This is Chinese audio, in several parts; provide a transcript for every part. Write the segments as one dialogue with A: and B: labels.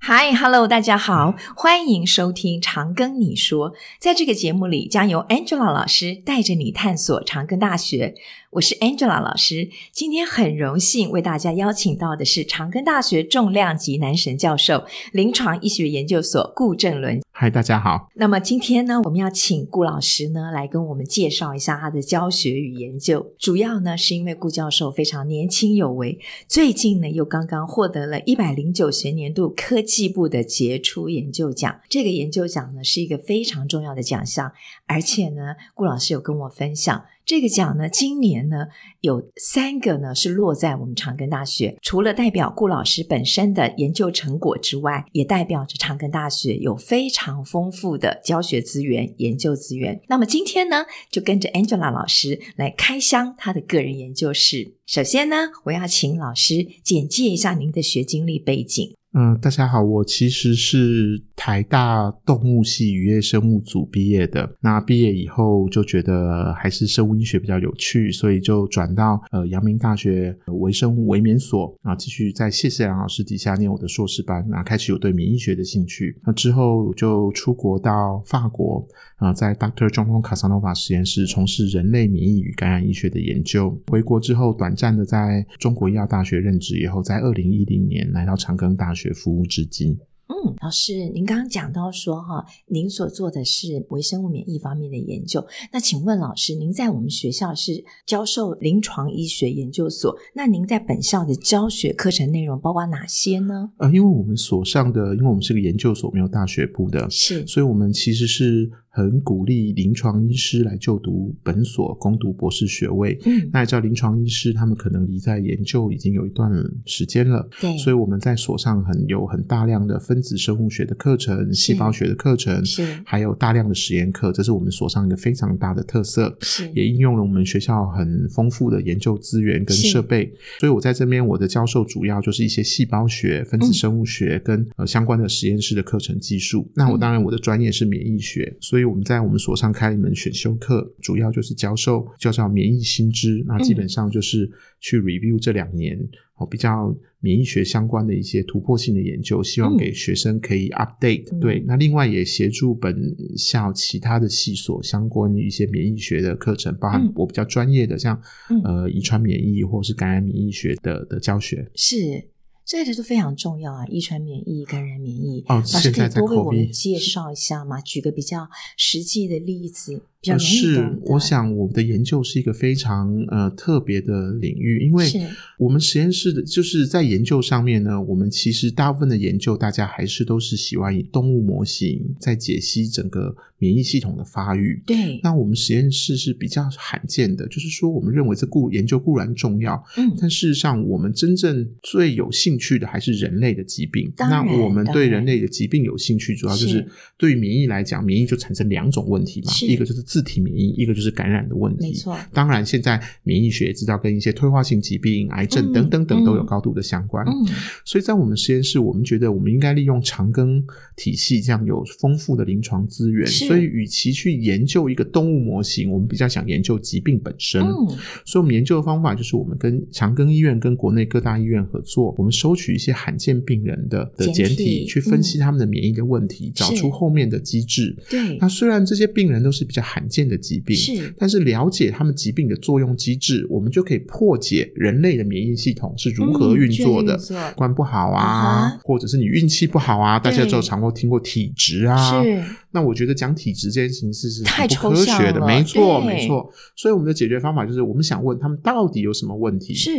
A: 嗨，Hello，大家好，欢迎收听《长庚你说》。在这个节目里，将由 Angela 老师带着你探索长庚大学。我是 Angela 老师，今天很荣幸为大家邀请到的是长庚大学重量级男神教授、临床医学研究所顾正伦
B: 嗨，大家好。
A: 那么今天呢，我们要请顾老师呢来跟我们介绍一下他的教学与研究。主要呢是因为顾教授非常年轻有为，最近呢又刚刚获得了一百零九学年度科技部的杰出研究奖。这个研究奖呢是一个非常重要的奖项，而且呢，顾老师有跟我分享。这个奖呢，今年呢有三个呢是落在我们长庚大学，除了代表顾老师本身的研究成果之外，也代表着长庚大学有非常丰富的教学资源、研究资源。那么今天呢，就跟着 Angela 老师来开箱她的个人研究室。首先呢，我要请老师简介一下您的学经历背景。
B: 嗯、大家好，我其实是台大动物系渔业生物组毕业的。那毕业以后就觉得还是生物医学比较有趣，所以就转到呃阳明大学呃微生物微免所啊，继续在谢世良老师底下念我的硕士班，啊，开始有对免疫学的兴趣。那之后就出国到法国啊，在 Dr. John o n Casanova 实验室从事人类免疫与感染医学的研究。回国之后，短暂的在中国医药大学任职以后，在二零一零年来到长庚大学服务至今。
A: 嗯，老师，您刚刚讲到说哈，您所做的是微生物免疫方面的研究。那请问老师，您在我们学校是教授临床医学研究所，那您在本校的教学课程内容包括哪些呢？
B: 呃，因为我们所上的，因为我们是个研究所，没有大学部的，
A: 是
B: 所以我们其实是很鼓励临床医师来就读本所，攻读博士学位。
A: 嗯，
B: 那也叫临床医师，他们可能离在研究已经有一段时间了，
A: 对，
B: 所以我们在所上很有很大量的分子生物学的课程、细胞学的课程，
A: 是
B: 还有大量的实验课，这是我们所上一个非常大的特色。
A: 是
B: 也应用了我们学校很丰富的研究资源跟设备，所以我在这边我的教授主要就是一些细胞学、分子生物学跟、呃相关的实验室的课程技术。那我当然我的专业是免疫
A: 嗯
B: 学，所以我们在我们所上开了一门选修课，主要就是教授叫叫免疫新知，那基本上就是
A: 嗯
B: 去 review 这两年。哦，比较免疫学相关的一些突破性的研究，希望
A: 嗯
B: 给学生可以 update、
A: 嗯
B: 对，那另外也协助本校其他的系所相关于一些免疫学的课程，包含
A: 嗯
B: 我比较专业的，像
A: 嗯
B: 呃遗传免疫或是感染免疫学的的教学。
A: 是，这些都非常重要啊，遗传免疫、感染免疫。
B: 哦，
A: 老师
B: 现
A: 可
B: 在
A: 以
B: 在
A: 多为我们
B: COVID
A: 介绍一下吗？举个比较实际的例子，比较
B: 呃
A: 容易
B: 是
A: 懂，的
B: 我想我们的研究是一个非常呃特别的领域，因为
A: 是
B: 我们实验室的就是在研究上面呢，我们其实大部分的研究大家还是都是喜欢以动物模型在解析整个免疫系统的发育。
A: 对，
B: 那我们实验室是比较罕见的，就是说我们认为这固研究固然重要，
A: 嗯，
B: 但事实上，我们真正最有兴趣的还是人类的疾病。
A: 当然
B: 那我们
A: 当
B: 对
A: 然
B: 人类的疾病有兴趣，主要就是是对于免疫来讲，免疫就产生两种问题嘛，
A: 是
B: 一个就是自体免疫，一个就是感染的问
A: 没
B: 题。
A: 错，
B: 当然，现在免疫学也知道跟一些退化性疾病、癌
A: 嗯
B: 症等等等都有
A: 嗯
B: 高度的相关。
A: 嗯，
B: 所以在我们实验室，我们觉得我们应该利用长庚体系这样有丰富的临床资源。
A: 是
B: 所以，与其去研究一个动物模型，我们比较想研究疾病本身。
A: 嗯，
B: 所以我们研究的方法就是我们跟长庚医院、跟国内各大医院合作，我们收取一些罕见病人的的
A: 简
B: 简
A: 体嗯
B: 体，去分析他们的免疫的问题，找
A: 是
B: 出后面的机制。
A: 对
B: 那，虽然这些病人都是比较罕见的疾病。
A: 是
B: 但是了解他们疾病的作用机制，我们就可以破解人类的免疫系统是如何
A: 嗯
B: 运作的。
A: 运作
B: 关不好
A: 啊
B: 啊
A: 哈
B: 或者是你运气不好啊，大家
A: 对
B: 都有常过听过体质啊，
A: 是
B: 那我觉得讲体质这件事情是是
A: 太
B: 很不
A: 抽
B: 科
A: 象
B: 学的，
A: 了
B: 没错，
A: 对
B: 没错。所以我们的解决方法就是，我们想问他们到底有什么问题。，
A: 是，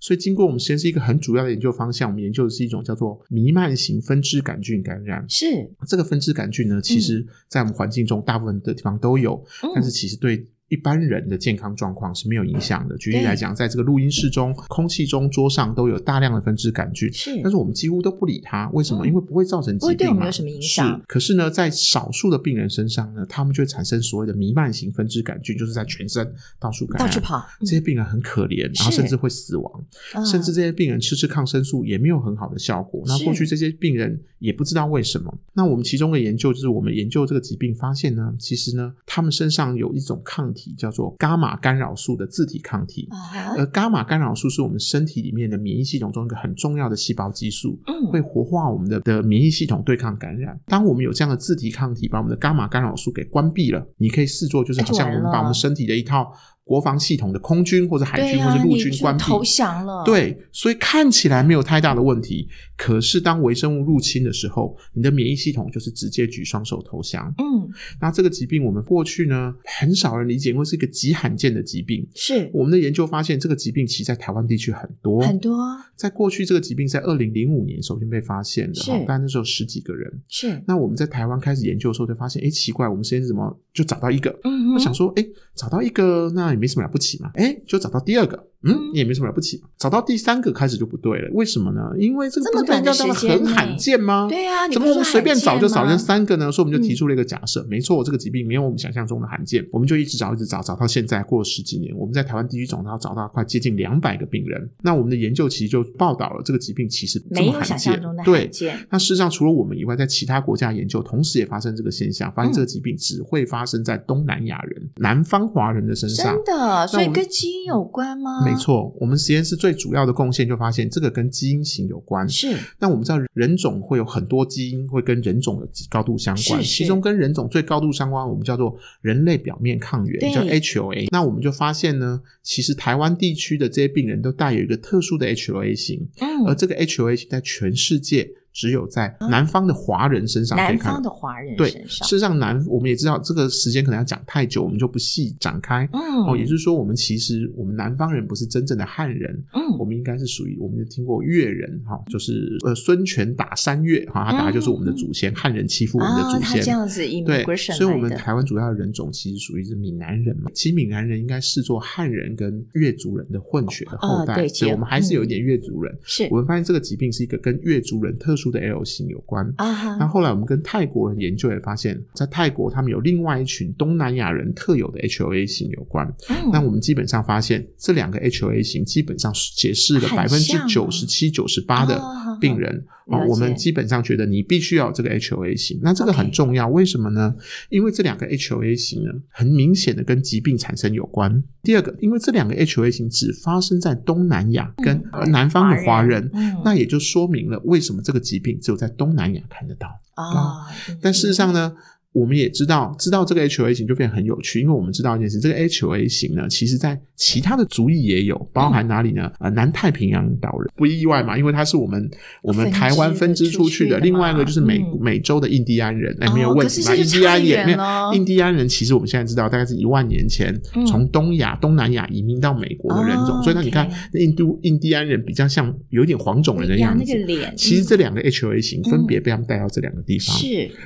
B: 所以经过我们实验室一个很主要的研究方向，我们研究的是一种叫做弥漫型分支杆菌感染。
A: 是，
B: 这个分支杆菌呢，其实在我们环境中大部分的地方都有，
A: 嗯
B: 但是其实对。一般人的健康状况是没有影响的。举例
A: 对
B: 来讲，在这个录音室中、空气中、桌上都有大量的分支杆菌，
A: 是，
B: 但是我们几乎都不理它，为什
A: 嗯
B: 么？因为不会造成
A: 不
B: 疾病嘛，
A: 会对我们有什么影响
B: 是。可是呢，在少数的病人身上呢，他们就会产生所谓的弥漫型分支杆菌，就是在全身到处感
A: 到
B: 染。
A: 处跑，
B: 这些病人很可怜，然后
A: 是
B: 甚至会死亡，
A: 嗯
B: 甚至这些病人吃吃抗生素也没有很好的效果。那
A: 是
B: 过去这些病人也不知道为什么。那我们其中的研究就是，我们研究这个疾病发现呢，其实呢，他们身上有一种抗体，叫做伽马干扰素的自体抗体。
A: 啊，
B: 而伽马干扰素是我们身体里面的免疫系统中一个很重要的细胞激素，
A: 嗯
B: 会活化我们的的免疫系统对抗感染。当我们有这样的自体抗体把我们的伽马干扰素给关闭了，你可以视作就是好像我们
A: 哎那就完了
B: 把我们身体的一套国防系统的空军或者海
A: 对
B: 军
A: 呀、
B: 或者陆
A: 你
B: 军
A: 就
B: 关闭。
A: 投降了，，
B: 对，所以看起来没有太大的问题，可是当微生物入侵的时候，你的免疫系统就是直接举双手投降。
A: 嗯，
B: 那这个疾病我们过去呢很少人理解，因为是一个极罕见的疾病。
A: 是
B: 我们的研究发现，这个疾病其实在台湾地区很多，
A: 很多
B: 在过去这个疾病在二零零五年首先被发现的，
A: 是
B: 哈但那时候十几个人。
A: 是，
B: 那我们在台湾开始研究的时候，就发现，哎，奇怪，我们实验室怎么就找到一个？
A: 嗯
B: 我
A: 哼，
B: 想说，哎，找到一个那也没什么了不起嘛，哎，就找到第二个，嗯
A: 嗯，
B: 也没什么了不起嘛，找到第三个开始就不对了，为什么呢？因为这个
A: 这
B: 不
A: 么
B: 是
A: 短的
B: 被人家当
A: 时间
B: 很罕
A: 内
B: 见吗？
A: 对呀、你
B: 怎
A: 不
B: 么我
A: 是
B: 们
A: 说
B: 随便
A: 罕
B: 找
A: 见
B: 就找
A: 吗
B: 这三个呢？所以我们就提
A: 嗯
B: 出了一个假设，没错，这个疾病没有我们想象中的罕见，我们就一直找，一直找，找到现在过了十几年，我们在台湾地区总要找到快接近两百个病人。那我们的研究其实就报道了这个疾病其实这
A: 没
B: 么
A: 有
B: 罕
A: 想
B: 见
A: 象中的
B: 对
A: 罕。见，
B: 那事实上，除了我们以外，在其他国家研究，同时也发生这个现象，
A: 嗯
B: 发现这个疾病只会发生在东南亚人、南方华人的身上
A: 真。的，所
B: 我
A: 以
B: 们
A: 跟基因有关吗？
B: 没，错，我们实验室最主要的贡献就发现这个跟基因型有关。
A: 是
B: 那我们知道人种会有很多基因会跟人种的高度相关，
A: 是是
B: 其中跟人种最高度相关，我们叫做人类表面抗
A: 对
B: 原，叫 HLA。那我们就发现呢，其实台湾地区的这些病人都带有一个特殊的 HLA 型，而
A: 嗯，啊
B: 这个 HLA 型在全世界只有在南方的华人身上可以
A: 南
B: 看到
A: 方。的华人
B: 对，
A: 身
B: 事
A: 上，
B: 实上南我们也知道这个时间可能要讲太久，我们就不细展开。
A: 嗯，
B: 哦，也就是说，我们其实我们南方人不是真正的汉人，我
A: 嗯，
B: 们应该是属于我们听过越人哈，就是呃孙权打三越哈，他打的就是我们的祖先，汉人欺负我们
A: 嗯
B: 的
A: 啊，
B: 祖
A: 他这
B: 先。
A: 样子以美
B: 对
A: 国，省
B: 所以我
A: 来
B: 们
A: 的，
B: 台湾主要的人种其实属于是闽南人嘛，其实闽南人应该视作汉人跟越族人的混血的后代，
A: 啊对
B: 所以我们还是有一点越族人。
A: 是
B: 我们发现这个疾病是一个跟越族人特殊的 L 型有关。
A: 啊哈，
B: 那后来我们跟泰国人研究也发现，在泰国他们有另外一群东南亚人特有的 HLA 型有关。
A: 嗯
B: 那我们基本上发现，这两个 HLA 型基本上解释了百
A: 很
B: 分之
A: 像啊
B: 九十七、九十八的
A: 哦
B: 病人
A: 了
B: 啊
A: 解，
B: 我们基本上觉得你必须要有这个 HLA 型。那这个
A: OK
B: 很重要，为什么呢？因为这两个 HLA 型呢，很明显的跟疾病产生有关。第二个，因为这两个 HLA 型只发生在东南亚跟呃南方的华人。
A: 嗯
B: 那也就说明了为什么这个疾病只有在东南亚看得到。
A: 啊，
B: 但事实上呢，
A: 嗯
B: 我们也知道，知道这个 HLA 型就变得很有趣，因为我们知道一件事，这个 HLA 型呢，其实在其他的族裔也
A: 嗯
B: 有，包含哪里呢？呃，南太平洋岛人不意外嘛，因为它是我们我们
A: 分支
B: 台湾分支出
A: 出
B: 去
A: 去的嘛
B: 的。另外一个就是美、
A: 嗯
B: 美洲的印第安人，哎，没有
A: 哦
B: 问
A: 可
B: 题
A: 是
B: 嘛，
A: 这
B: 印
A: 就
B: 第安
A: 差
B: 也
A: 远
B: 没有
A: 了。
B: 印第安人其实我们现在知道，大概是一万年前
A: 嗯
B: 从东亚、东南亚移民到美国的人种，
A: 哦
B: 所以那你看
A: OK，
B: 印度印第安人比较像有点黄种人的
A: 哎呀
B: 样子。
A: 那个嗯脸，
B: 其实
A: 嗯
B: 这两个 HLA 型分别被他们带到这两个地方，
A: 是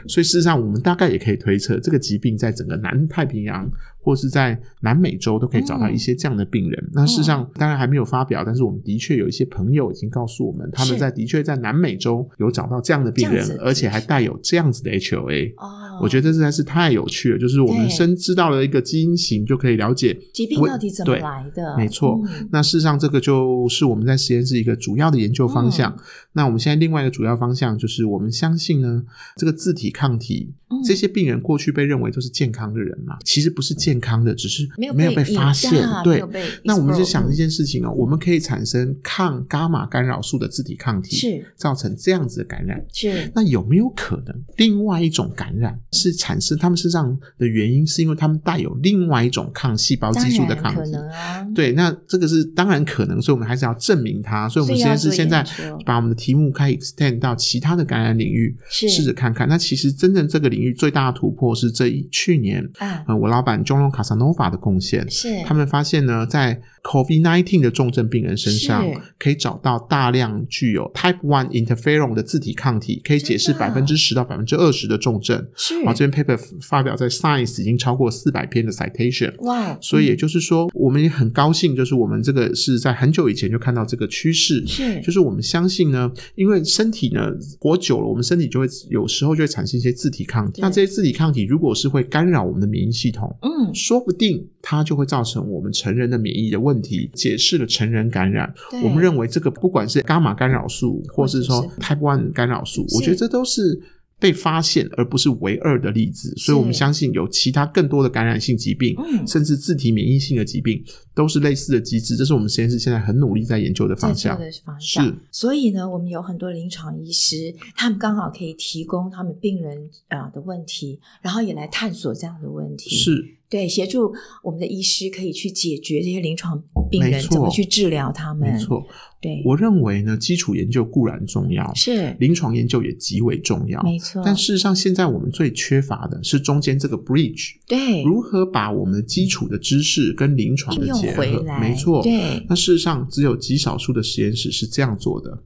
B: 所以事实上，我们大概也可以推测，这个疾病在整个南太平洋或是在南美洲都可以找到一些这样的病人。
A: 嗯
B: 那事实上，当然还没有发表，但是我们的确有一些朋友已经告诉我们，他们在的确在南美洲有找到这样的病
A: 这
B: 人
A: 样子，的
B: 而且还带有这样子的 HLA。
A: 哦，
B: 我觉得这实在是太有趣了，就是我们
A: 对
B: 深知道了一个基因型，就可以了解
A: 疾病
B: 我
A: 到底怎么
B: 对
A: 来的？
B: 没错
A: 嗯
B: 那事实上，这个就是我们在实验室一个主要的研究方向。
A: 嗯
B: 那我们现在另外一个主要方向就是，我们相信呢，这个自体抗体，
A: 嗯
B: 这些病人过去被认为都是健康的人嘛，其实不是健康的，只是
A: 没有
B: 没有被
A: 引
B: 发现
A: 大。没
B: 对
A: 有，被
B: 那我们就
A: explore，
B: 想一
A: 嗯
B: 件事情哦，我们可以产生抗伽马干扰素的自体抗体，
A: 是
B: 造成这样子的感染。
A: 是
B: 那有没有可能，另外一种感染是产生他们身上的原因，是因为他们带有另外一种抗细胞
A: 当
B: 激素的
A: 然
B: 抗
A: 可
B: 体？
A: 能啊，
B: 对，那这个是当然可能，所以我们还是要证明它。所以我
A: 所
B: 们
A: 以
B: 实
A: 要
B: 验室
A: 做
B: 现在
A: 研究
B: 把我们的题目开 extend 到其他的感染领域，
A: 是
B: 试着看看。那其实真正这个领域最大的突破是这一去年，
A: 啊
B: 呃，我老板 John Casanova 的贡献。
A: 是
B: 他们发现呢，在 COVID-19 的重症病人身上
A: 是，
B: 可以找到大量具有 Type One interferon 的自体抗体，可以解释
A: 真的
B: 百
A: 啊
B: 分之十到百分之二十的重症。
A: 是
B: 啊，这篇 paper 发表在 Science 已经超过四百篇的 citation。
A: 哇，嗯
B: 所以也就是说，我们也很高兴，就是我们这个是在很久以前就看到这个趋势。
A: 是
B: 就是我们相信呢，因为身体呢活久了，我们身体就会有时候就会产生一些自体抗体。
A: 对
B: 那这些自体抗体如果是会干扰我们的免疫系统，
A: 嗯
B: 说不定它就会造成我们成人的免疫的问题，解释了成人感染。
A: 对
B: 我们认为这个不管是伽马干扰素，或是说
A: 或者
B: Type One 干扰素，
A: 是
B: 我觉得这都是。被发现，而不是唯二的例子。所以我们相信有其他更多的感染性疾病，
A: 嗯
B: 甚至自体免疫性的疾病，都是类似的机制。这是我们实验室现在很努力在研究的方向
A: 正。确的方向。
B: 是
A: 所以呢，我们有很多临床医师，他们刚好可以提供他们病人啊、呃的问题，然后也来探索这样的问题，
B: 是
A: 对协助我们的医师可以去解决这些临床病
B: 没
A: 人
B: 错
A: 怎么去治疗他们。
B: 没，错。
A: 对，
B: 我认为呢，基础研究固然重要，
A: 是
B: 临床研究也极为重要。
A: 没错，
B: 但事实上，现在我们最缺乏的是中间这个 bridge，
A: 对
B: 如何把我们基础的知识跟临床
A: 应
B: 的
A: 用
B: 结
A: 回
B: 合
A: 来，，
B: 没错。
A: 对，
B: 那事实上，只有极少数的实验室是这样做的。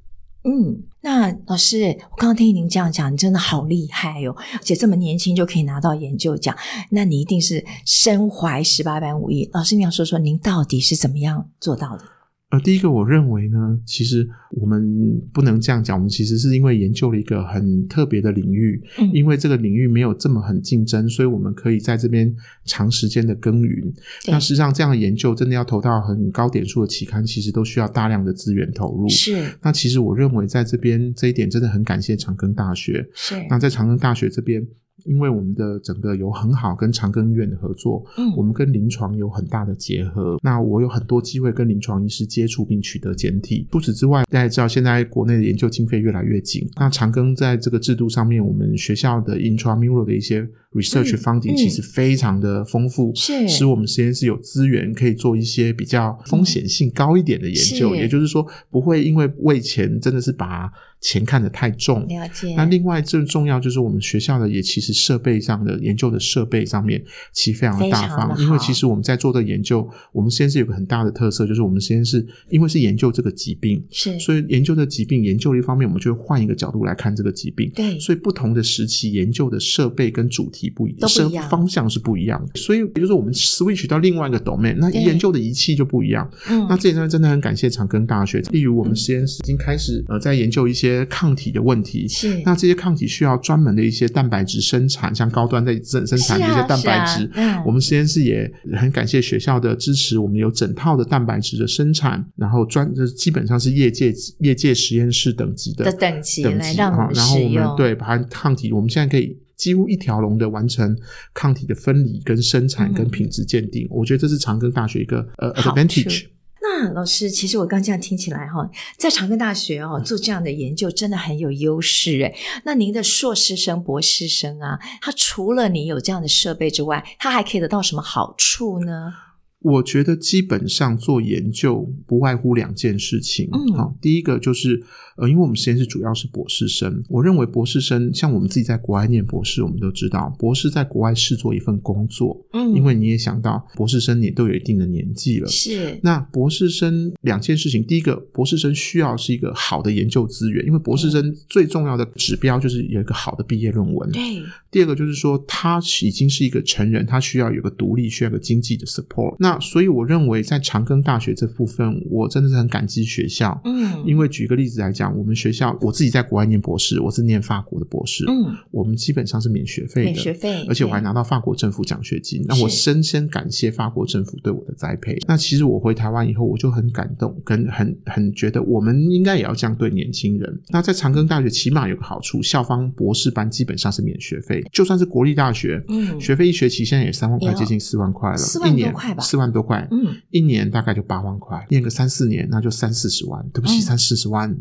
A: 嗯，那老师，我刚刚听您这样讲，你真的好厉害哦！而且这么年轻就可以拿到研究奖，那你一定是身怀十八般武艺。老师，你要说说您到底是怎么样做到的？
B: 呃，第一个，我认为呢，其实我们不能这样讲，我们其实是因为研究了一个很特别的领域，
A: 嗯
B: 因为这个领域没有这么很竞争，所以我们可以在这边长时间的耕耘。
A: 对
B: 那事实上，这样的研究真的要投到很高点数的期刊，其实都需要大量的资源投入。
A: 是
B: 那其实我认为在这边这一点真的很感谢长庚大学，
A: 是，
B: 那在长庚大学这边，因为我们的整个有很好跟长庚医院的合作，
A: 嗯
B: 我们跟临床有很大的结合。那我有很多机会跟临床医师接触并取得检体。除此之外，大家也知道现在国内的研究经费越来越紧，那长庚在这个制度上面，我们学校的 intramural 的一些 research
A: 嗯
B: funding
A: 嗯
B: 其实非常的丰富，
A: 是
B: 使我们实验室有资源可以做一些比较风险性高一点的研究，
A: 嗯是
B: 也就是说不会因为为钱真的是把钱看得太重，
A: 了解。
B: 那另外最重要就是我们学校的也其实设备上的研究的设备上面其实非常的大
A: 非常地
B: 方，
A: 好
B: 因为其实我们在做的研究，我们实验室有个很大的特色，就是我们实验室因为是研究这个疾病，
A: 是
B: 所以研究的疾病研究的一方面，我们就会换一个角度来看这个疾病。
A: 对
B: 所以不同的时期研究的设备跟主题不一
A: 都不
B: 样，设
A: 一样
B: 方向是不一样的。所以也就是我们 switch 到另外一个 domain，那
A: 对
B: 研究的仪器就不一样。
A: 嗯
B: 那这一段真的很感谢长庚大学，例如我们实验室已经开始呃在研究一些抗体的问题。
A: 是
B: 那这些抗体需要专门的一些蛋白质生产，像高端在生生产的一些蛋白质。
A: 是啊是啊嗯
B: 我们实验室也很感谢学校的支持，我们有整套的蛋白质的生产，然后专就是基本上是业界业界实验室等级的
A: 的等级
B: 等
A: 来
B: 级
A: 让我
B: 哈
A: 们
B: 然后
A: 使
B: 我们
A: 用，
B: 对把抗体，我们现在可以。几乎一条龙的完成抗体的分离、跟生产、跟
A: 嗯
B: 品质鉴定，我觉得这是长庚大学一个呃
A: 好
B: advantage
A: 处。那老师，其实我刚这样听起来哈，在长庚大学哦做这样的研究真的很有优势诶。那您的硕士生、博士生啊，他除了你有这样的设备之外，他还可以得到什么好处呢？
B: 我觉得基本上做研究不外乎两件事情。
A: 嗯
B: 好、第一个就是呃，因为我们实验室主要是博士生，我认为博士生像我们自己在国外念博士，我们都知道，博士在国外视作一份工作，
A: 嗯
B: 因为你也想到博士生也都有一定的年纪了。
A: 是
B: 那博士生两件事情，第一个，博士生需要是一个好的研究资源，因为博
A: 嗯
B: 士生最重要的指标就是有一个好的毕业论文。
A: 对
B: 第二个就是说，他已经是一个成人，他需要有个独立，需要有个经济的 support。那所以我认为，在长庚大学这部分，我真的是很感激学校。
A: 嗯
B: 因为举个例子来讲，我们学校我自己在国外念博士，我是念法国的博士，
A: 嗯
B: 我们基本上是免学费
A: 免
B: 的，
A: 学费，
B: 而且我还
A: 对
B: 拿到法国政府奖学金，那我
A: 嗯是
B: 深深感谢法国政府对我的栽培。那其实我回台湾以后，我就很感动，跟很很觉得我们应该也要这样对年轻人。那在长庚大学起码有个好处，校方博士班基本上是免学费，就算是国立大学，
A: 嗯
B: 学费一学期现在也三万块，
A: 有
B: 接近四万块了，
A: 4万
B: 一年
A: 多块吧
B: 四万多块，
A: 嗯
B: 一年大概就八万块，念个三四年那就三四十万，对不起，
A: 嗯
B: 三四十万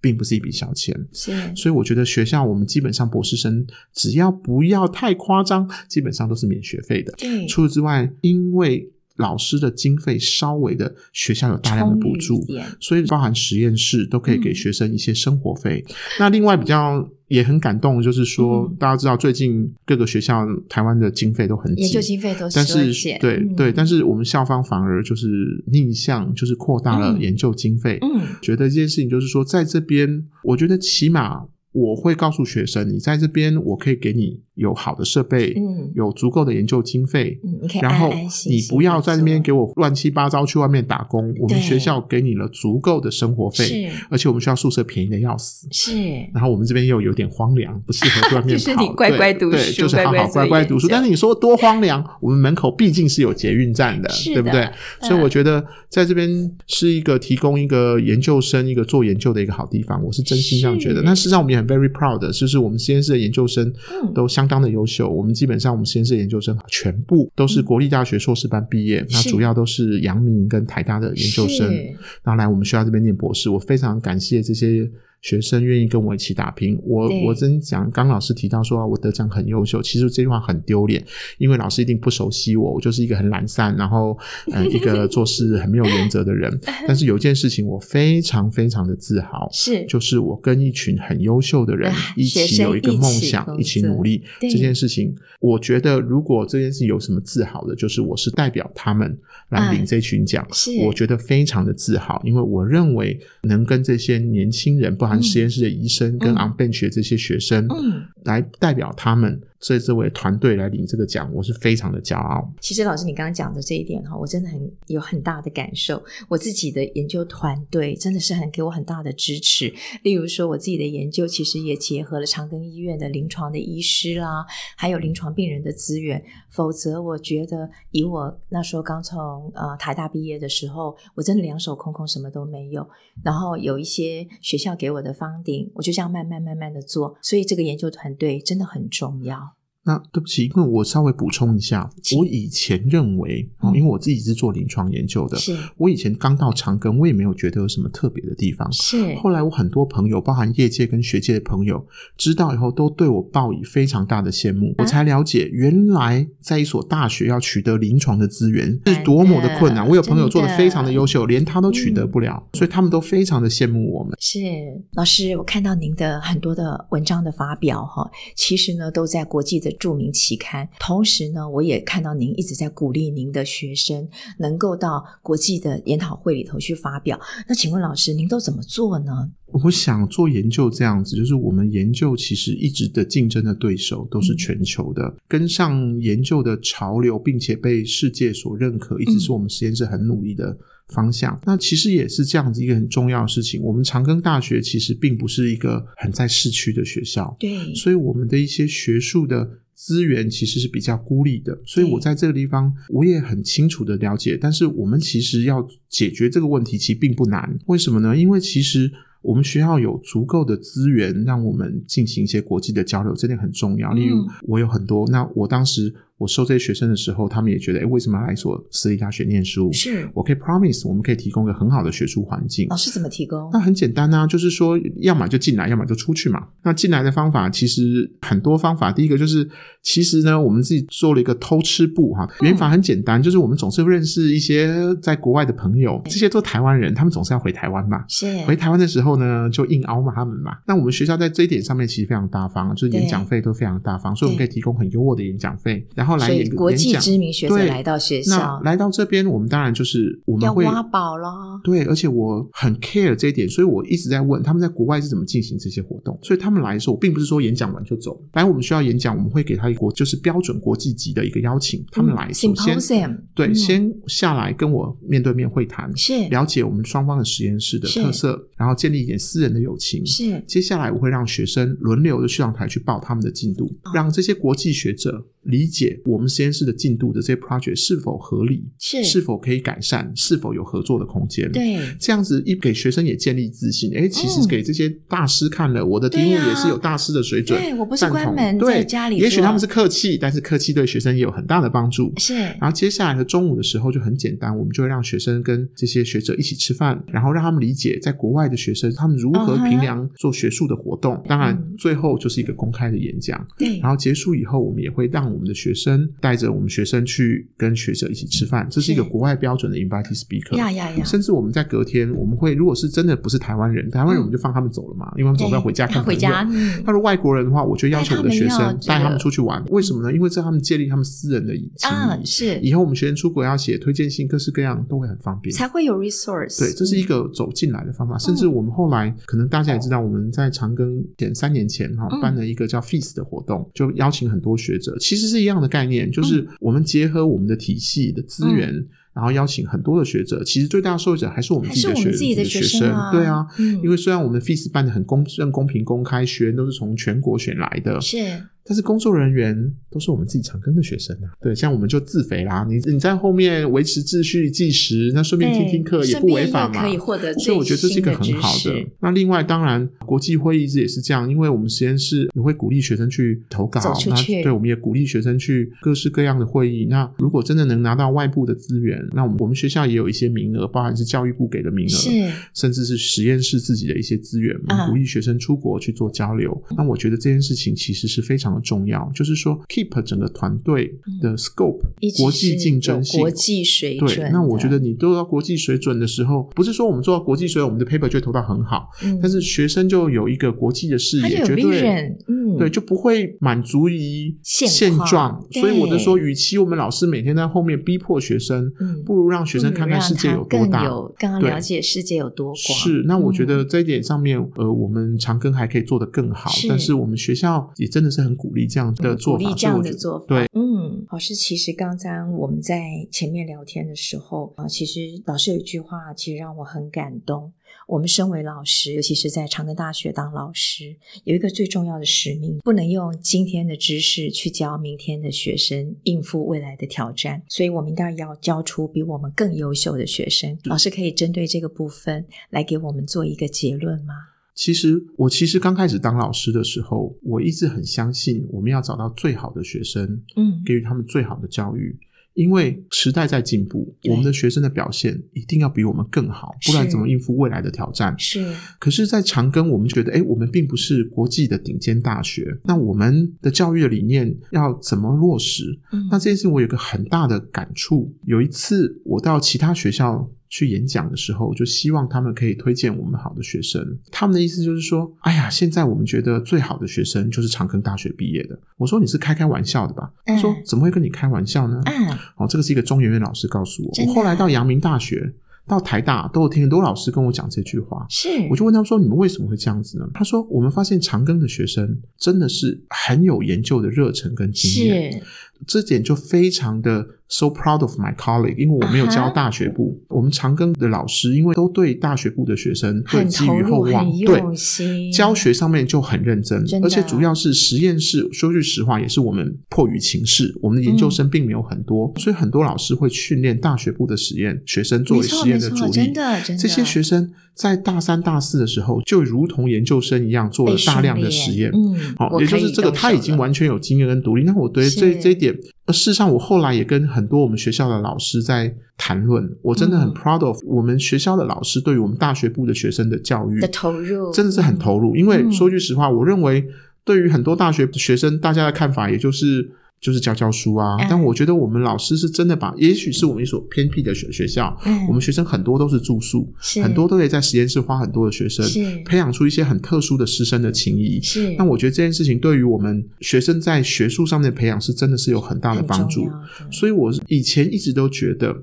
B: 并不是一笔小钱。
A: 是
B: 所以我觉得学校我们基本上博士生只要不要太夸张，基本上都是免学费的。
A: 对
B: 除此之外，因为老师的经费稍微的，学校有大量的补
A: 充裕
B: 助
A: 一，嗯点
B: 所以包含实验室都可以给
A: 嗯
B: 学生一些生活费。那另外比较也很感动，就是说、
A: 嗯
B: 大家知道最近各个学校台湾的经费都很紧，
A: 研究经费都
B: 但
A: 十嗯万
B: 是
A: 减
B: 对、对，但
A: 是
B: 是我们校方反而就是逆向，就是扩大了
A: 嗯
B: 研究经费。
A: 嗯
B: 觉得一件事情就是说，在这边，我觉得起码我会告诉学生，你在这边我可以给你有好的设备，
A: 嗯
B: 有足够的研究经费。
A: 嗯，你可以
B: 然
A: 安
B: 后
A: 安心
B: 你
A: 心
B: 不要
A: 地
B: 在那边
A: 做
B: 给我乱七八糟去外面打工，我们
A: 对
B: 学校给你了足够的生活费，
A: 是
B: 而且我们学校宿舍便宜的要死。
A: 是
B: 然后我们这边又有点荒凉，不适合去外面
A: 就是
B: 跑
A: 你乖乖读
B: 对对
A: 书
B: 就是好
A: 乖乖
B: 好
A: 做
B: 乖乖
A: 研
B: 读书。
A: 究
B: 但是你说多荒凉，我们门口毕竟是有捷运站的，
A: 是
B: 对不对
A: 的？嗯
B: 所以我觉得在这边是一个提供一个研究生一个做研究的一个好地方，我是真心这样觉得。
A: 是
B: 但事实上我们也很 very proud 的，就是我们实验室的研究生
A: 嗯
B: 都相当的优秀。我们基本上我们实验室的研究生全部都是国立大学硕士班毕业，那
A: 嗯是
B: 主要都是阳明跟台大的研究生。
A: 是
B: 然后来我们学校这边念博士，我非常感谢这些学生愿意跟我一起打拼。我
A: 对
B: 我真讲，刚老师提到说我得奖很优秀，其实这句话很丢脸，因为老师一定不熟悉我，我就是一个很懒散，然后呃一个做事很没有原则的人。但是有一件事情我非常非常的自豪。
A: 是
B: 就是我跟一群很优秀的人
A: 啊
B: 一
A: 学
B: 起
A: 生
B: 有一个
A: 一
B: 梦
A: 起
B: 想，
A: 工
B: 一起
A: 作
B: 努力
A: 对
B: 这件事情，我觉得如果这件事有什么自豪的，就是我是代表他们来领
A: 嗯
B: 这群奖，
A: 是
B: 我觉得非常的自豪，因为我认为能跟这些年轻人，包含
A: 嗯
B: 实验室的医生跟
A: 嗯
B: on bench 的这些学生，
A: 嗯。
B: 来代表他们这这位团队来领这个奖，我是非常的骄傲。
A: 其实老师，你刚刚讲的这一点哈，我真的很有很大的感受。我自己的研究团队真的是很给我很大的支持。例如说，我自己的研究其实也结合了长庚医院的临床的医师啦，还有临床病人的资源。否则，我觉得以我那时候刚从呃台大毕业的时候，我真的两手空空，什么都没有。然后有一些学校给我的 funding，我就这样慢慢慢慢的做。所以这个研究团队真的很重要。
B: 那对不起，因为我稍微补充一下，
A: 请
B: 我以前认为，哦
A: 嗯
B: 因为我自己是做临床研究的，
A: 是
B: 我以前刚到长庚，我也没有觉得有什么特别的地方。
A: 是
B: 后来我很多朋友，包含业界跟学界的朋友，知道以后都对我抱以非常大的羡慕。我才了解，原来在一所大学要取得临床的资源是多么的困
A: 真
B: 难。
A: 的
B: 我有朋友做的非常
A: 真
B: 的
A: 的
B: 优秀，连他都取得不了，所以他们都非常的羡慕我们。
A: 是老师，我看到您的很多的文章的发表哈，其实呢都在国际的著名期刊。同时呢，我也看到您一直在鼓励您的学生能够到国际的研讨会里头去发表。那请问老师，您都怎么做呢？
B: 我想做研究这样子，就是我们研究其实一直的竞争的对手都是全球的，跟上研究的潮流，并且被世界所认可，一直是我们实验室很努力的方向。那其实也是这样子一个很重要的事情。我们长庚大学其实并不是一个很在市区的学校，
A: 对
B: 所以我们的一些学术的资源其实是比较孤立的。所以我在这个地方，我也很清楚的了解，但是我们其实要解决这个问题，其实并不难。为什么呢？因为其实。我们学校有足够的资源，让我们进行一些国际的交流，这点很重要。
A: 嗯
B: 例如，我有很多，那我当时我收这些学生的时候，他们也觉得，哎，为什么要来一所私立大学念书？
A: 是
B: 我可以 promise，我们可以提供一个很好的学术环境。
A: 老师怎么提供
B: 那？很简单啊，就是说，要么就进来，要么就出去嘛。那进来的方法其实很多方法。第一个就是，其实呢，我们自己做了一个偷吃部哈，原法很简单，就是我们总是会认识一些在国外的朋友，这些都台湾人，他们总是要回台湾嘛。
A: 是
B: 回台湾的时候呢，就硬凹嘛他们嘛。那我们学校在这一点上面其实非常大方，就是演讲费都非常大方，所以我们可以提供很优渥的演讲费，然后来
A: 所
B: 演
A: 以国际
B: 演讲
A: 知名学者
B: 对
A: 来到学
B: 那
A: 校，
B: 来到这边，我们当然就是我们
A: 要
B: 会
A: 挖宝啦。
B: 对，而且我很 care 这一点，所以我一直在问他们在国外是怎么进行这些活动。所以他们来的时候，我并不是说演讲完就走，来我们需要演讲，我们会给他一个就是标准国际级的一个邀请。他们来，
A: 嗯
B: 首先、
A: symposium
B: 对、
A: 嗯
B: 先下来跟我面对面会谈，
A: 是
B: 了解我们双方的实验室的
A: 是
B: 特色，然后建立一点私人的友情。
A: 是
B: 接下来我会让学生轮流的去上台去报他们的进度，
A: 哦
B: 让这些国际学者理解我们实验室的进度的这些 project 是否合理，
A: 是
B: 是否可以改善，是否有合作的空间。。
A: 对
B: 这样子一给学生也建立自信，哎，其实
A: 嗯
B: 给这些大师看了，我的题目
A: 对啊
B: 也是有大师的水准，
A: 对我不是
B: 赞同
A: 关门
B: 对
A: 在家里
B: 也许
A: 做
B: 他们是客气，但是客气对学生也有很大的帮助。
A: 是
B: 然后接下来的中午的时候就很简单，我们就会让学生跟这些学者一起吃饭，然后让他们理解在国外的学生他们如何
A: 嗯哼
B: 评量做学术的活动。当然
A: 嗯，
B: 最后就是一个公开的演讲。
A: 对
B: 然后结束以后，我们也会让我们的学生带着我们学生去跟学者一起吃饭，这是一个
A: 是
B: 国外标准的 invite speaker。
A: 呀呀呀，
B: 甚至我们在隔天，我们会如果是真的不是台湾人，台湾人
A: 嗯
B: 我们就放他们走了嘛，因为他们总是要回家
A: 对
B: 看
A: 他
B: 朋
A: 回
B: 友
A: 家，嗯
B: 那如果外国人的话，我就要求我的学
A: 带他们要
B: 生
A: 这个
B: 带他们出去玩，为什么呢？因为这他们建立他们私人的情
A: 啊
B: 谊。
A: 是
B: 以后我们学生出国要写推荐信，各式各样都会很方便。
A: 才会有 resource。
B: 对，这是一
A: 嗯
B: 个走进来的方法，甚至我们后来可能大家也知道，我们在长庚前三年前哈、
A: 嗯
B: 办了一个叫 Feast 的活动，就邀请很多学者，其实是一样的概念，
A: 嗯
B: 就是我们结合我们的体系的资源。然后邀请很多的学者，其实最大的受益者还是我们
A: 嗯还
B: 自
A: 是
B: 己的
A: 我
B: 学
A: 们自己的学
B: 生，
A: 啊，
B: 对啊，
A: 嗯，
B: 因为虽然我们的 FIS 办的很公正、公平、公开，学员都是从全国选来的，
A: 是
B: 但是工作人员都是我们自己长庚的学生啊。对，像我们就自肥啦，你你在后面维持秩序计时，那顺便听听课
A: 对
B: 也不违法
A: 顺
B: 嘛
A: 便又可。以获得最
B: 所以我觉得这是一个
A: 新
B: 很
A: 的
B: 好
A: 知
B: 的
A: 识。
B: 那另外，当然国际会议也是这样，因为我们实验室也会鼓励学生去投稿
A: 走，出
B: 那
A: 去
B: 对，我们也鼓励学生去各式各样的会议。那如果真的能拿到外部的资源，那我们我们学校也有一些名额，包含是教育部给的名额，
A: 是
B: 甚至是实验室自己的一些资源
A: 嗯，
B: 鼓励学生出国去做交流。那我觉得这件事情其实是非常的重要，就是说 keep 整个团队的 scope、
A: 一直
B: 国际
A: 是
B: 竞
A: 有
B: 争性
A: 国。际水准嗯的。
B: 对，那我觉得你都到国际水准的时候，不是说我们做到国际水准，我们的 paper 就会投到很好，
A: 嗯，
B: 但是学生就有一个国际的视
A: 他就
B: 野，
A: 有
B: 绝对
A: vision，嗯，
B: 对，就不会满足于
A: 现
B: 现
A: 况
B: 状。所以我就
A: 对
B: 说，与其我们老师每天在后面逼迫学生，
A: 嗯
B: 不如让学生
A: 不如
B: 看看
A: 让
B: 世界
A: 他
B: 有多大，
A: 更有更
B: 对
A: 了解世界有多广。
B: 是，那我觉
A: 嗯
B: 得这一点上面，呃，我们长庚还可以做得更好，
A: 是
B: 但是我们学校也真的是很鼓励这样
A: 嗯
B: 的呃做
A: 鼓
B: 法，
A: 励这
B: 所以
A: 样
B: 我觉
A: 的
B: 得
A: 做法。
B: 对，
A: 嗯，老师，其实刚刚我们在前面聊天的时候啊，其实老师有一句话，其实让我很感动。我们身为老师，尤其是在长庚大学当老师，有一个最重要的使命，不能用今天的知识去教明天的学生应付未来的挑战，所以我们应该要教出比我们更优秀的学生。老师可以针对这个部分来给我们做一个结论吗？
B: 其实我其实刚开始当老师的时候，我一直很相信我们要找到最好的学生，
A: 嗯，
B: 给予他们最好的教育。因为时代在进步，
A: 对
B: 我们的学生的表现一定要比我们更好，不然
A: 是
B: 怎么应付未来的挑战？
A: 是
B: 可是，在长庚，我们觉得，哎，我们并不是国际的顶尖大学，那我们的教育的理念要怎么落实？
A: 嗯
B: 那这件事情我有个很大的感触。有一次我到其他学校去演讲的时候，就希望他们可以推荐我们好的学生。他们的意思就是说：“哎呀，现在我们觉得最好的学生就是长庚大学毕业的。”我说：“你是开开玩笑的吧？”他说
A: 嗯：“
B: 怎么会跟你开玩笑呢？”
A: 啊，
B: 哦，这个是一个中研院老师告诉我。
A: 真的
B: 我
A: 啊
B: 后来到阳明大学、到台大，都有听很多老师跟我讲这句话。
A: 是，
B: 我就问他们说：“你们为什么会这样子呢？”他说：“我们发现长庚的学生真的是很有研究的热忱跟经验。”
A: 是
B: 这点就非常的 so proud of my colleague，因为我没有
A: 啊
B: 教
A: 哈
B: 大学部我们长庚的老师因为都对大学部的学生对
A: 很
B: 寄
A: 投
B: 予厚
A: 入，
B: 望，
A: 很
B: 对。
A: 用心
B: 教学上面就很认真
A: 真，的
B: 而且主要是实验室。说句实话，也是我们迫于情势，我们的研究
A: 嗯
B: 生并没有很多，所以很多老师会训练大学部的实验学生作
A: 没
B: 为
A: 错
B: 实验
A: 没
B: 的
A: 错，
B: 主力。
A: 真的真的
B: 这些学生在大三、大四的时候，就如同研究生一样做
A: 被
B: 了大
A: 训
B: 量的
A: 练
B: 实验。
A: 嗯，
B: 好、
A: 我
B: 也
A: 可
B: 就
A: 以
B: 是这个
A: 动
B: 他
A: 手
B: 已经
A: 了
B: 完全有经验跟独立。那我对这
A: 是
B: 这一点，呃事实上我后来也跟很多我们学校的老师在谈论，我真的很
A: 嗯
B: proud of 我们学校的老师对于我们大学部的学生的教育
A: 的投入，
B: 真的是很投入。因为
A: 嗯
B: 说句实话，我认为对于很多大学学生，大家的看法也就是。就是教教书啊
A: 嗯，
B: 但我觉得我们老师是真的把，也许是我们一所偏僻的学学校，
A: 嗯，
B: 我们学生很多都是住宿，
A: 是
B: 很多都得在实验室花很多的学生，
A: 嗯是
B: 培养出一些很特殊的师生的情谊。
A: 是
B: 那我觉得这件事情对于我们学生在学术上面的培养是真的是有很大的
A: 很
B: 帮
A: 重
B: 助
A: 要。的
B: 所以我以前一直都觉得，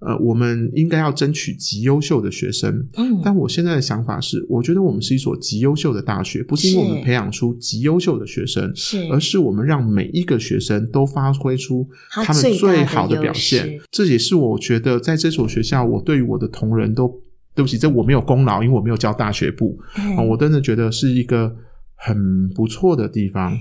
B: 呃，我们应该要争取极优秀的学生。
A: 嗯，
B: 但我现在的想法是，我觉得我们是一所极优秀的大学，不是因为我们
A: 是
B: 培养出极优秀的学生，
A: 是
B: 而是我们让每一个学生都发挥出
A: 他
B: 他们
A: 最大的
B: 最好的表
A: 优
B: 现
A: 势。
B: 这也是我觉得在这所学校，我对于我的同仁都，对不起，这我没有功劳，因为我没有教大学部。
A: 嗯
B: 啊，我真的觉得是一个很不错的地方，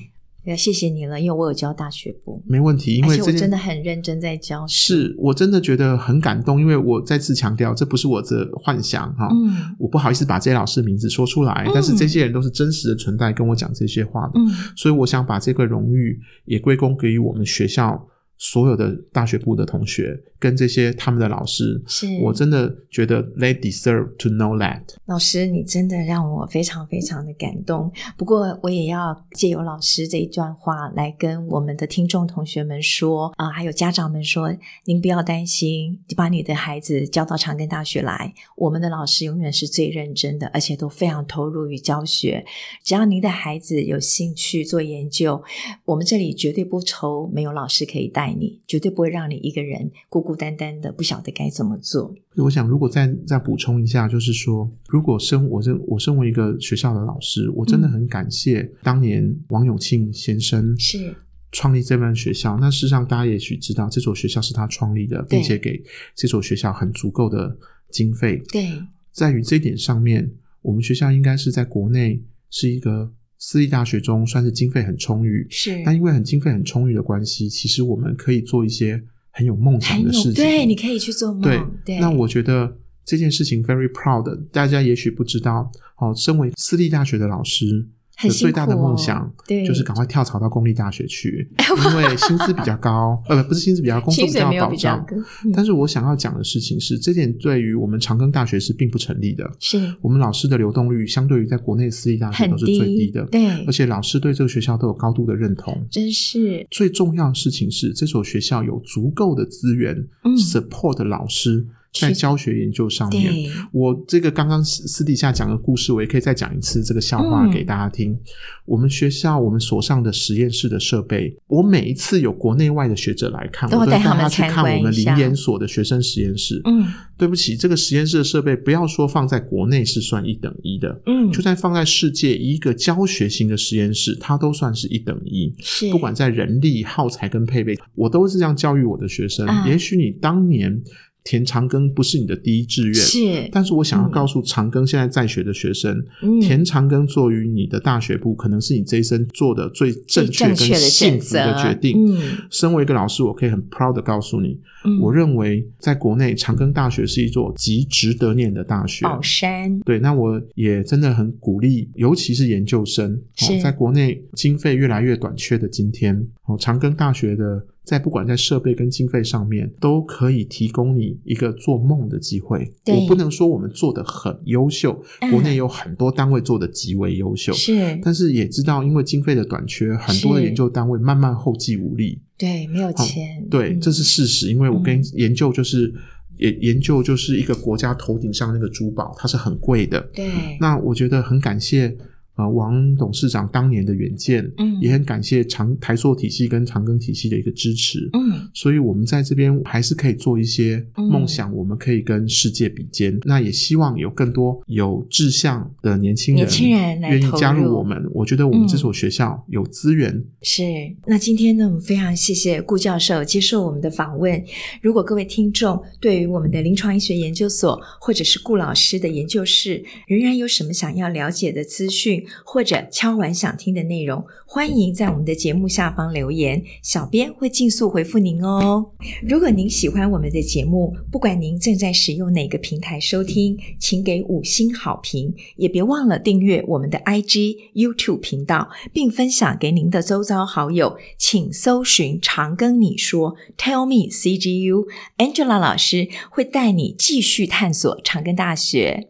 A: 要谢谢你了，因为我有教大学部，
B: 没问题。因
A: 而
B: 为
A: 且我
B: 这件哦
A: 真的很认真在教书，
B: 是我真的觉得很感动，因为我再次强调，这不是我的幻想哈。
A: 嗯
B: 我不好意思把这些老师名字说出来，
A: 嗯
B: 但是这些人都是真实的存在，跟我讲这些话的，
A: 嗯，
B: 所以我想把这个荣誉也归功给予我们学校所有的大学部的同学跟这些他们的老师。
A: 是
B: 我真的觉得 they deserve to know that。
A: 老师，你真的让我非常非常的感动。不过，我也要借由老师这一段话来跟我们的听众同学们说啊、还有家长们说，您不要担心，把你的孩子教到长庚大学来，我们的老师永远是最认真的，而且都非常投入于教学。只要您的孩子有兴趣做研究，我们这里绝对不愁没有老师可以带带你，绝对不会让你一个人孤孤单单的，不晓得该怎么做。
B: 我想，如果再再补充一下，就是说，如果身我身我身为一个学校的老师，我真的
A: 嗯
B: 很感谢当年王永庆先生
A: 是
B: 创立这班学校。那事实上，大家也许知道，这所学校是他创立的，
A: 对
B: 并且给这所学校很足够的经费。
A: 对，
B: 在于这一点上面，我们学校应该是在国内是一个私立大学中算是经费很充裕。
A: 是
B: 那因为很经费很充裕的关系，其实我们可以做一些很有梦想
A: 很有
B: 的事情。
A: 对，你可以去做梦。
B: 对
A: 对，，
B: 那我觉得这件事情 very proud。大家也许不知道，哦，身为私立大学的老师，
A: 很
B: 我
A: 辛
B: 最
A: 苦、哦、
B: 大的梦想
A: 对哎
B: 就是赶快跳槽到公立大学去，因为薪资比 较高，呃，不不是薪资比较高，工
A: 薪
B: 作比
A: 水
B: 较
A: 没有
B: 保
A: 比较
B: 障。
A: 高，嗯
B: 但是我想要讲的事情是，这点对于我们长庚大学是并不成立的。
A: 是
B: 我们老师的流动率相对于在国内私立大学
A: 很
B: 都是最低的，
A: 对
B: 而，且老师对这个学校都有高度的认同。
A: 真是
B: 最重要的事情是，这所学校有足够的资源
A: 嗯
B: support 老师在
A: 去
B: 教学研究上面。
A: 对，
B: 我这个刚刚私私底下讲的故事，我也可以再讲一次这个笑话
A: 嗯
B: 给大家听。我们学校我们所上的实验室的设备，我每一次有国内外的学者来看，
A: 都
B: 我都
A: 带
B: 带
A: 他们
B: 他去
A: 参
B: 看
A: 观
B: 我们
A: 一
B: 林
A: 下
B: 研所的学生实验室。
A: 嗯
B: 对不起，这个实验室的设备，不要说放在国内是算一等一的，
A: 嗯，
B: 就算放在世界一个教学型的实验室，它都算是一等一。
A: 是
B: 不管在人力、耗材跟配备，我都是这样教育我的学生。
A: 啊
B: 也许你当年填长庚不是你的第一志愿，
A: 是
B: 但是我想要
A: 嗯
B: 告诉长庚现在在学的学生，
A: 嗯
B: 填长庚作于你的大学部，可能是你这一生做的最正确
A: 正
B: 跟
A: 确的选
B: 幸福
A: 择
B: 的决定。
A: 嗯
B: 身为一个老师，我可以很 proud 的告诉你，
A: 嗯，
B: 我认为在国内长庚大学是一座极值得念的大学。
A: 宝山
B: 对，那我也真的很鼓励，尤其是研究生，
A: 是
B: 哦、在国内经费越来越短缺的今天，哦，长庚大学的在不管在设备跟经费上面，都可以提供你一个做梦的机会。
A: 对嗯
B: 我不能说我们做的很优秀，国内有很多单位做的极为优秀。
A: 是
B: 但是也知道，因为经费的短缺，很多的
A: 是
B: 研究单位慢慢后继无力。
A: 对，没有
B: 好
A: 钱，
B: 对，
A: 嗯
B: 这是事实，因为我跟
A: 嗯
B: 研究就是研、研究就是一个国家头顶上那个珠宝，它是很贵的。
A: 对，
B: 那我觉得很感谢呃王董事长当年的远见，
A: 嗯
B: 也很感谢长台塑体系跟长庚体系的一个支持。
A: 嗯
B: 所以，我们在这边还是可以做一些梦想，我们可以跟世界比肩。那也希望有更多有志向的年轻人，
A: 年轻人来
B: 愿意
A: 投
B: 加
A: 入
B: 入我们。我觉得我们
A: 嗯
B: 这所学校有资源，
A: 是。那今天呢，我们非常谢谢顾教授接受我们的访问。如果各位听众对于我们的临床医学研究所或者是顾老师的研究室仍然有什么想要了解的资讯，或者敲完想听的内容，欢迎在我们的节目下方留言，小编会尽速回复您哦。如果您喜欢我们的节目，不管您正在使用哪个平台收听，请给五星好评，也别忘了订阅我们的 IG、YouTube 频道，并分享给您的周遭好友。请搜寻“常跟你说 ”，Tell me CGU，Angela 老师会带你继续探索长庚大学。